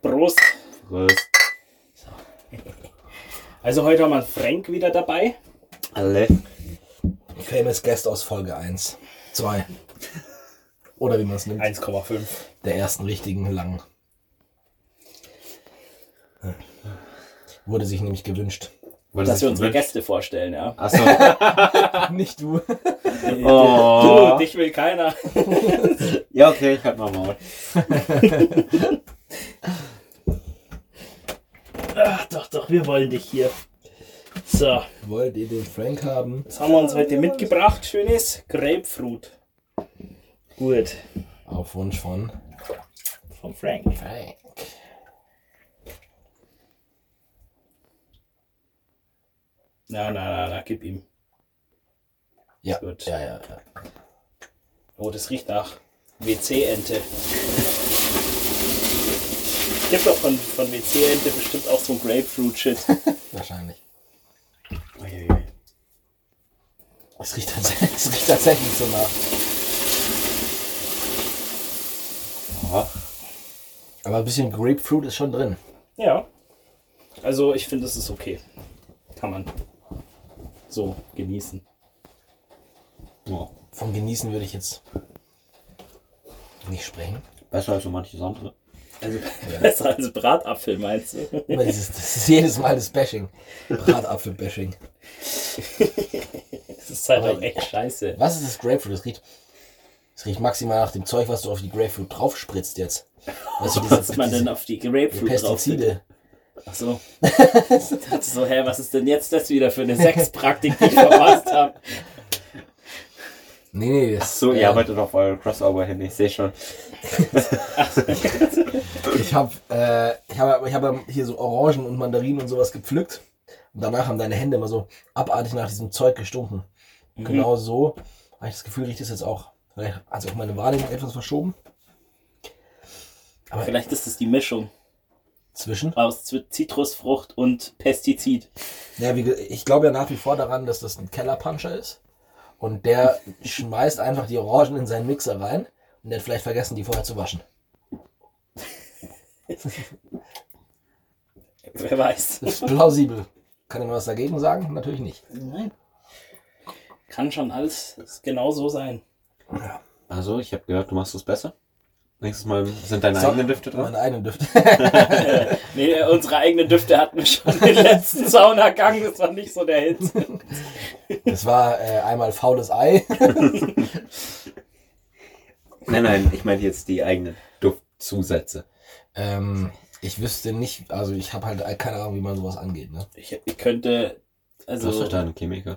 Prost. Prost. Also heute haben wir einen Frank wieder dabei. Alle. Famous Guest aus Folge 1, 2. Oder wie man es nimmt, 1,5. der ersten richtigen langen. Wurde sich nämlich gewünscht. Wolltest Dass wir du unsere mit- Gäste vorstellen, ja. Achso, Ah, Nicht du. Oh. Du, dich will keiner. ja, okay, ich halt mal Maul. Ach, doch, doch, wir wollen dich hier. So, Wollt ihr den Frank haben? Das haben wir uns heute mitgebracht. Schönes Grapefruit. gut. Auf Wunsch von Von Frank. Frank. Na, na, na, na, gib ihm. Ja, Gut. ja, ja. ja. Oh, das riecht nach WC-Ente. Gibt doch von, von WC-Ente bestimmt auch so ein Grapefruit-Shit. Wahrscheinlich. Uiuiui. Es riecht, tats- es riecht tatsächlich so nach. Ja. Aber ein bisschen Grapefruit ist schon drin. Ja. Also ich finde, es ist okay. Kann man so genießen. Ja. Vom Genießen würde ich jetzt nicht sprechen. Besser als so manches andere. Also besser als Bratapfel, meinst du? Aber dieses, das ist jedes Mal das Bashing. Bratapfel-Bashing. Das ist halt Aber auch echt scheiße. Was ist das Grapefruit? Das riecht, das riecht maximal nach dem Zeug, was du auf die Grapefruit draufspritzt jetzt. Weißt du, diese, Was man denn diese auf die Grapefruit drauf Pestizide. Achso. so, hä, was ist denn jetzt das wieder für eine Sexpraktik, die ich verpasst habe? Nee, nee, das, So, ihr äh, arbeitet auf eurem Crossover-Handy, ich sehe schon. Ich habe äh, ich hab, ich hab hier so Orangen und Mandarinen und sowas gepflückt. Und danach haben deine Hände immer so abartig nach diesem Zeug gestunken. Mhm. Genau so habe ich das Gefühl, riecht es jetzt auch. Vielleicht hat sich auch meine Wahrnehmung etwas verschoben. Aber Vielleicht ist es die Mischung zwischen. aus Zit- Zitrusfrucht und Pestizid. Ja, wie, ge- ich glaube ja nach wie vor daran, dass das ein Kellerpuncher ist. Und der schmeißt einfach die Orangen in seinen Mixer rein. Und der hat vielleicht vergessen, die vorher zu waschen. Wer weiß. Das ist plausibel. Kann jemand was dagegen sagen? Natürlich nicht. Nein. Kann schon alles genau so sein. Also, ich habe gehört, du machst es besser. Nächstes Mal sind deine So, eigenen Düfte dran. Meine eigenen Düfte. Nee, unsere eigenen Düfte hatten wir schon den letzten Saunagang. Das war nicht so der Hit. Das war äh, einmal faules Ei. Nein, nein, ich meine jetzt die eigenen Duftzusätze. Ähm, ich wüsste nicht, also ich habe halt keine Ahnung, wie man sowas angeht. Ne? Ich, ich könnte. Du hast Also, doch deine Chemiker.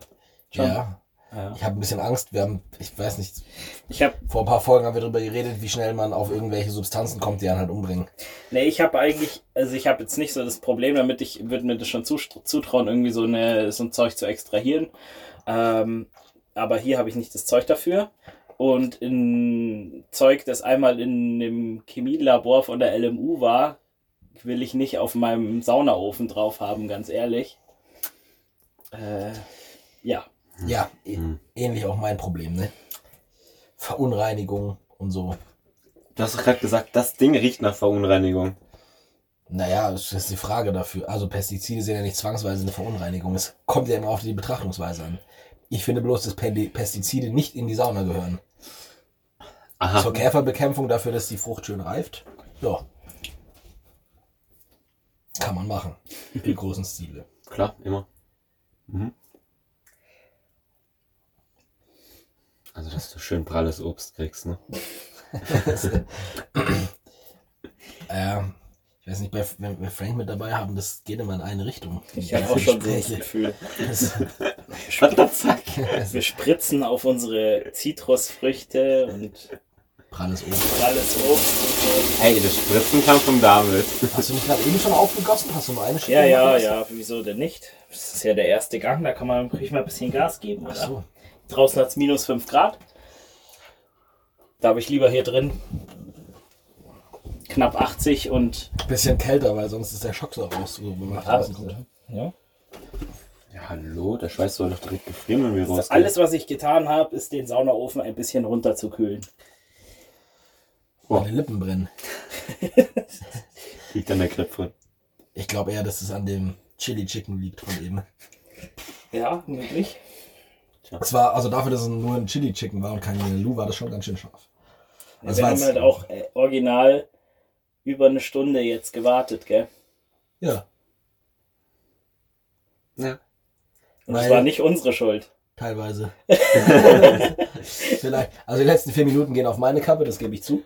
Schon. Ja, ja. ich habe ein bisschen Angst. Wir haben, ich weiß nicht, ich habe vor ein paar Folgen haben wir darüber geredet, wie schnell man auf irgendwelche Substanzen kommt, die einen halt umbringen. nee, ich habe eigentlich, also ich habe jetzt nicht so das Problem damit. Ich würde mir das schon zust- zutrauen, irgendwie so eine so ein Zeug zu extrahieren. Ähm, aber hier habe ich nicht das Zeug dafür. Und in Zeug, das einmal in dem Chemielabor von der LMU war, will ich nicht auf meinem Saunaofen drauf haben, ganz ehrlich. Äh, ja. Ja, e- Hm. ähnlich auch mein Problem, ne? Verunreinigung und so. Du hast doch gerade gesagt, das Ding riecht nach Verunreinigung. Naja, das ist die Frage dafür. Also Pestizide sind ja nicht zwangsweise eine Verunreinigung. Es kommt ja immer auf die Betrachtungsweise an. Ich finde bloß, dass Pe- Pestizide nicht in die Sauna gehören. Aha. Zur Käferbekämpfung dafür, dass die Frucht schön reift. Ja. Kann man machen. Im großen Stile. Klar, immer. Mhm. Also, dass du schön pralles Obst kriegst, ne? Ähm, ich weiß nicht, bei, wenn wir Frank mit dabei haben, das geht immer in eine Richtung. Ich habe auch schon so das Gespräche. Gefühl. Das, What the fuck? das Wir spritzen auf unsere Zitrusfrüchte und pralles Obst. alles Obst und Ey, das Spritzen kam vom David. Hast du nicht gerade eben schon aufgegossen? Hast du nur eine so. Ja, Schippe ja, gemacht? ja, wieso denn nicht? Das ist ja der erste Gang, da kann man ruhig mal ein bisschen Gas geben. Ach Oder? so. Draußen hat es minus 5 Grad. Da habe ich lieber hier drin knapp 80 und Bisschen kälter, weil sonst ist der Schock so raus, so, wenn man draußen kommt. ja. Ja, hallo, der Schweiß soll doch direkt gefrieren, wenn wir rausgehen. alles, was ich getan habe, ist den Saunaofen ein bisschen runterzukühlen. Meine Lippen brennen. Liegt an der Knöpfe. Ich glaube eher, dass es an dem Chili Chicken liegt von eben. Ja, möglich. Es war, also dafür, dass es nur ein Chili Chicken war und kein Lu, war das schon ganz schön scharf. Ja, Das wir haben war's. halt auch äh, original über eine Stunde jetzt gewartet, gell? Ja. Ja. Und Weil- es war nicht unsere Schuld. Teilweise. Vielleicht. Also die letzten vier Minuten gehen auf meine Kappe, das gebe ich zu.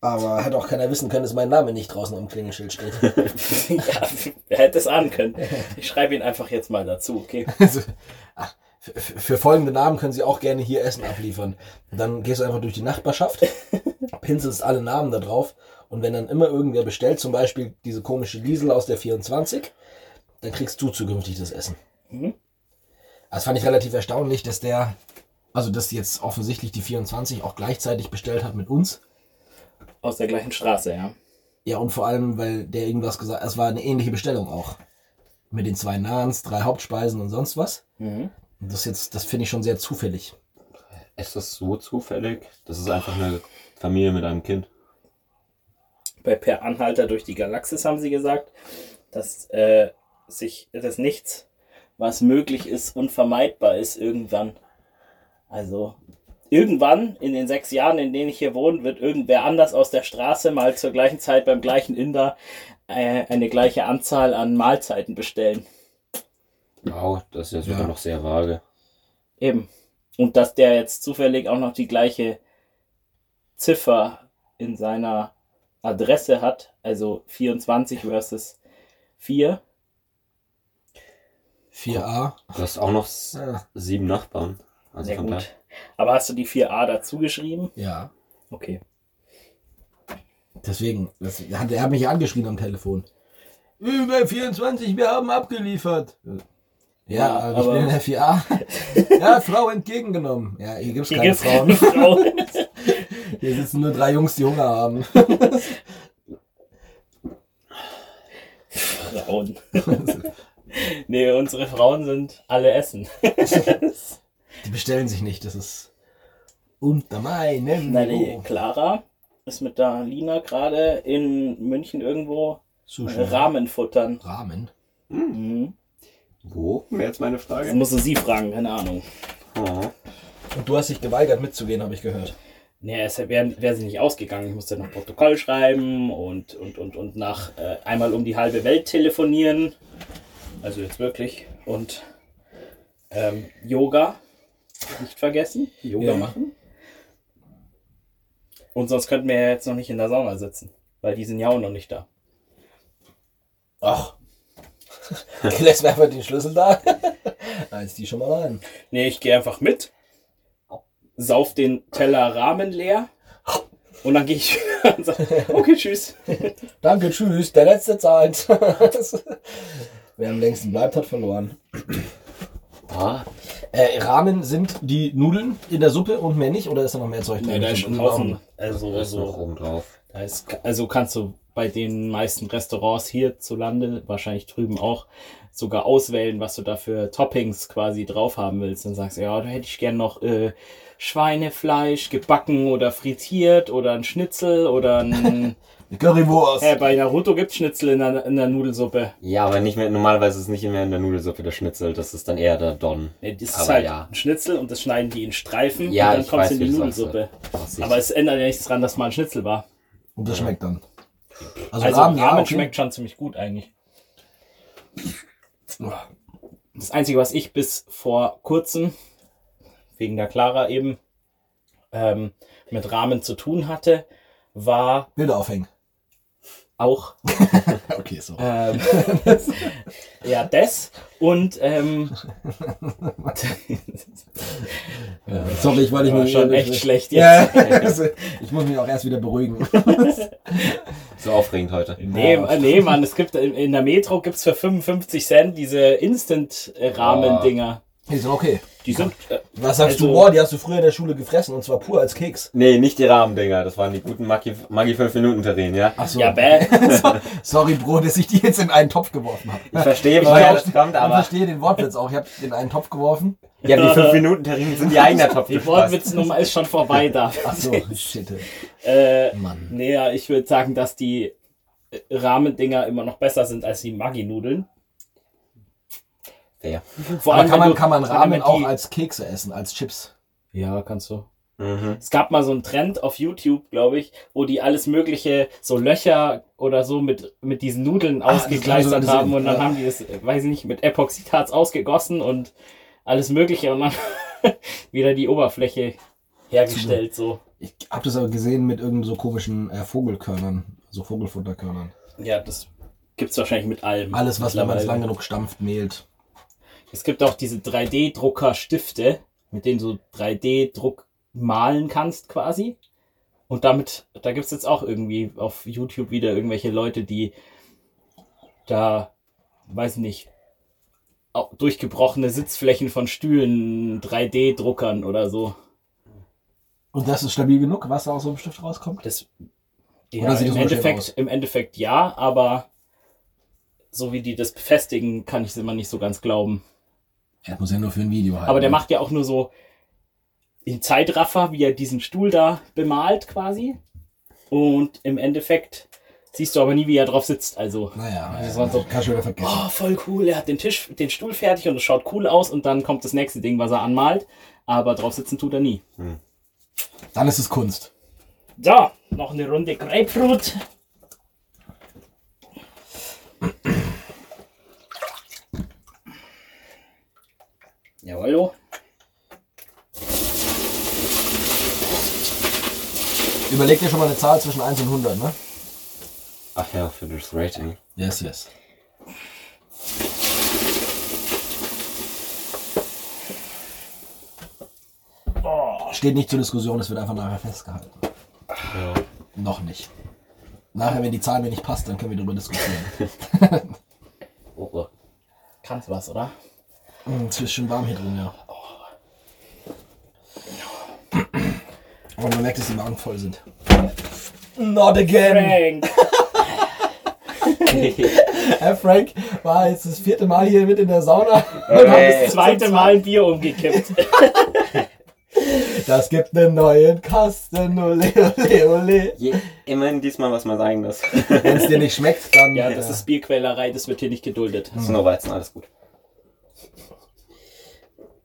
Aber hätte auch keiner wissen können, dass mein Name nicht draußen am Klingelschild steht. ja, wer hätte es ahnen können? Ich schreibe ihn einfach jetzt mal dazu, okay? Also, ach, für, für für folgende Namen können Sie auch gerne hier Essen abliefern. Dann gehst du einfach durch die Nachbarschaft, pinselst alle Namen da drauf und wenn dann immer irgendwer bestellt, zum Beispiel diese komische Liesel aus der 24, dann kriegst du zukünftig das Essen. Also, Mhm. Das fand ich relativ erstaunlich, dass der, also dass jetzt offensichtlich die 24 auch gleichzeitig bestellt hat mit uns. Aus der gleichen Straße, ja. Ja, und vor allem, weil der irgendwas gesagt es war eine ähnliche Bestellung auch. Mit den zwei Nahens, drei Hauptspeisen und sonst was. Mhm. Und das jetzt, das finde ich schon sehr zufällig. Ist das so zufällig? Das ist einfach eine Familie mit einem Kind. Bei Per Anhalter durch die Galaxis haben sie gesagt, dass äh, sich das nichts, was möglich ist, unvermeidbar ist irgendwann. Also irgendwann in den sechs Jahren, in denen ich hier wohne, wird irgendwer anders aus der Straße mal zur gleichen Zeit beim gleichen Inder äh, eine gleiche Anzahl an Mahlzeiten bestellen. Wow, das ist ja sogar Ja. noch sehr vage. Eben. Und dass der jetzt zufällig auch noch die gleiche Ziffer in seiner Adresse hat, also 24 versus 4. 4a. Du hast auch noch s- Ja. sieben Nachbarn. Also Sehr von gut. Aber hast du die 4a dazu geschrieben? ja. Okay. Deswegen, das, er hat, er hat mich ja angeschrien am Telefon. Über 24, wir haben abgeliefert. Ja, Ja, also aber ich aber- bin in der 4a. ja, Frau entgegengenommen. Ja, hier gibt's Hier keine gibt's keine Frauen. Frau. Hier sitzen nur drei Jungs, die Hunger haben. Frauen. nee, unsere Frauen sind alle Essen. Die bestellen sich nicht, das ist unter meinem Nein, nee, Niveau. Oh. Clara ist mit der Lina gerade in München irgendwo Rahmen futtern. Rahmen. Mhm. Hm, Wo? Wäre jetzt meine Das Frage. musst du sie fragen, keine Ahnung. Oh. Und du hast dich geweigert mitzugehen, habe ich gehört. Nee, es wäre wär sie nicht ausgegangen. Ich musste noch Protokoll schreiben und, und, und, und nach äh, einmal um die halbe Welt telefonieren. Also jetzt wirklich. Und ähm, Yoga nicht vergessen. Yoga Ja. machen. Und sonst könnten wir ja jetzt noch nicht in der Sauna sitzen, weil die sind ja auch noch nicht da. Ach. Lässt mir einfach den Schlüssel da. Als die schon mal rein. Nee, ich gehe einfach mit, sauf den Teller Rahmen leer und dann gehe ich wieder und sage, okay, tschüss. Danke, tschüss, der letzte zahlt. Wer am längsten bleibt, hat verloren. Ah, Äh, Rahmen sind die Nudeln in der Suppe und mehr nicht? Oder ist da noch mehr Zeug drin? Nee, da ist schon Haufen. Also, da ist noch so. oben drauf. Da ist, also kannst du bei den meisten Restaurants hierzulande, wahrscheinlich drüben auch, sogar auswählen, was du da für Toppings quasi drauf haben willst. Dann sagst du, ja, da hätte ich gern noch äh, Schweinefleisch gebacken oder frittiert oder ein Schnitzel oder ein... Eine Currywurst. hey, bei Naruto gibt's Schnitzel in der, in der Nudelsuppe. Ja, aber nicht mehr, normalerweise ist nicht mehr in der Nudelsuppe der Schnitzel, das ist dann eher der Don. Nee, Das ist Aber halt ja. ein Schnitzel und das schneiden die in Streifen Ja, und dann ich kommt's weiß, in die wie du Nudelsuppe. Ach, Aber es ändert ja nichts dran, dass mal ein Schnitzel war. Und das schmeckt dann. Also, Also Ramen, ja, okay. schmeckt schon ziemlich gut eigentlich. Uah. Das Einzige, was ich bis vor kurzem, wegen der Clara eben, ähm, mit Rahmen zu tun hatte, war Bilder aufhängen. auch Okay, so. ähm, ja das und ähm, Sorry, ich wollte war mich schon echt schlecht Ja. Also, jetzt. ich muss mich auch erst wieder beruhigen. so aufregend heute. Nee, äh, Ja. nee, Mann, es gibt in, in der Metro gibt's für 55 Cent diese Instant-Rahmen-Dinger. Die sind okay. Die sind äh, Was sagst du? Also- Boah, die hast du früher in der Schule gefressen und zwar pur als Keks. Nee, nicht die Rahmendinger, das waren die guten Maggi, Maggi 5 Minuten Terrinen, ja? Ach so. ja bäh. Sorry, Bro, dass ich die jetzt in einen Topf geworfen habe. Ich verstehe, woher das kommt, ich aber verstehe den Wortwitz auch. Ich habe den in einen Topf geworfen. ja, die 5 Minuten Terrinen sind die eigener Topf. Die Wortwitznummer ist schon vorbei da. Ach so, shit. Äh, Mann. nee, ja, ich würde sagen, dass die äh, Rahmendinger immer noch besser sind als die Maggi-Nudeln. Fair. Vor Aber kann wenn man, du- kann man vor allem, Ramen wenn auch die- als Kekse essen, als Chips? Ja, kannst du. Mhm. Es gab mal so einen Trend auf YouTube, glaube ich, wo die alles mögliche, so Löcher oder so mit, mit diesen Nudeln Ah, das ausgekleistert haben wir so haben gesehen, und dann ja. haben die das, äh, weiß ich nicht, mit Epoxidharz ausgegossen und alles mögliche und dann wieder die Oberfläche hergestellt, so. Ich habe das aber gesehen mit irgend so komischen äh, Vogelkörnern, so Vogelfutterkörnern. Ja, das gibt's wahrscheinlich mit allem. Alles, was wenn man es mittlerweile. lang genug stampft, mehlt. Es gibt auch diese 3D-Drucker-Stifte, mit denen du 3D-Druck malen kannst quasi. Und damit, da gibt es jetzt auch irgendwie auf YouTube wieder irgendwelche Leute, die da, weiß nicht, au- durchgebrochene Sitzflächen von Stühlen 3D-Druckern oder so. Und das ist stabil genug, was da aus so einem Stift rauskommt? Das, Oder ja, sieht im, das unschön aus? Endeffekt, Im Endeffekt ja, aber so wie die das befestigen, kann ich es immer nicht so ganz glauben. Er muss ja nur für ein Video halten. Aber der macht ja auch nur so in Zeitraffer, wie er diesen Stuhl da bemalt quasi. Und im Endeffekt siehst du aber nie, wie er drauf sitzt. Also, Naja, Das das waren war so- so. Kannst du wieder vergessen. oh, voll cool. Er hat den Tisch, den Stuhl fertig und es schaut cool aus. Und dann kommt das nächste Ding, was er anmalt. Aber drauf sitzen tut er nie. Dann ist es Kunst. So, noch eine Runde Grapefruit. Jawollo. Überleg dir schon mal eine Zahl zwischen 1 und 100, ne? Ach ja, für das Rating. Yes, yes. Steht nicht zur Diskussion, es wird einfach nachher festgehalten. Noch nicht. Nachher, wenn die Zahl mir nicht passt, dann können wir darüber diskutieren. Oh, oh. Kannst was, oder? Mm, Es ist schon warm hier drin, ja. Aber man merkt, dass die Magen voll sind. Not again! Frank. Herr Frank war jetzt das vierte Mal hier mit in der Sauna. Und hat Das zweite Mal ein Bier umgekippt. Das gibt einen neuen Kasten, ole, ole, ole. Je, immerhin diesmal, was man sagen muss. Wenn es dir nicht schmeckt, dann. Ja, das äh, ist Bierquälerei, das wird hier nicht geduldet. Das ist nur Weizen, alles gut.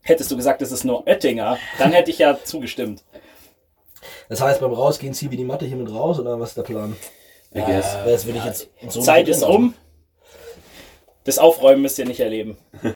Hättest du gesagt, das ist nur Oettinger, dann hätte ich ja zugestimmt. das heißt, beim Rausgehen ziehen wir die Matte hier mit raus oder was ist der Plan? I guess. Weil das würde ich jetzt. So Zeit nicht ist ändern. um. Das Aufräumen müsst ihr nicht erleben.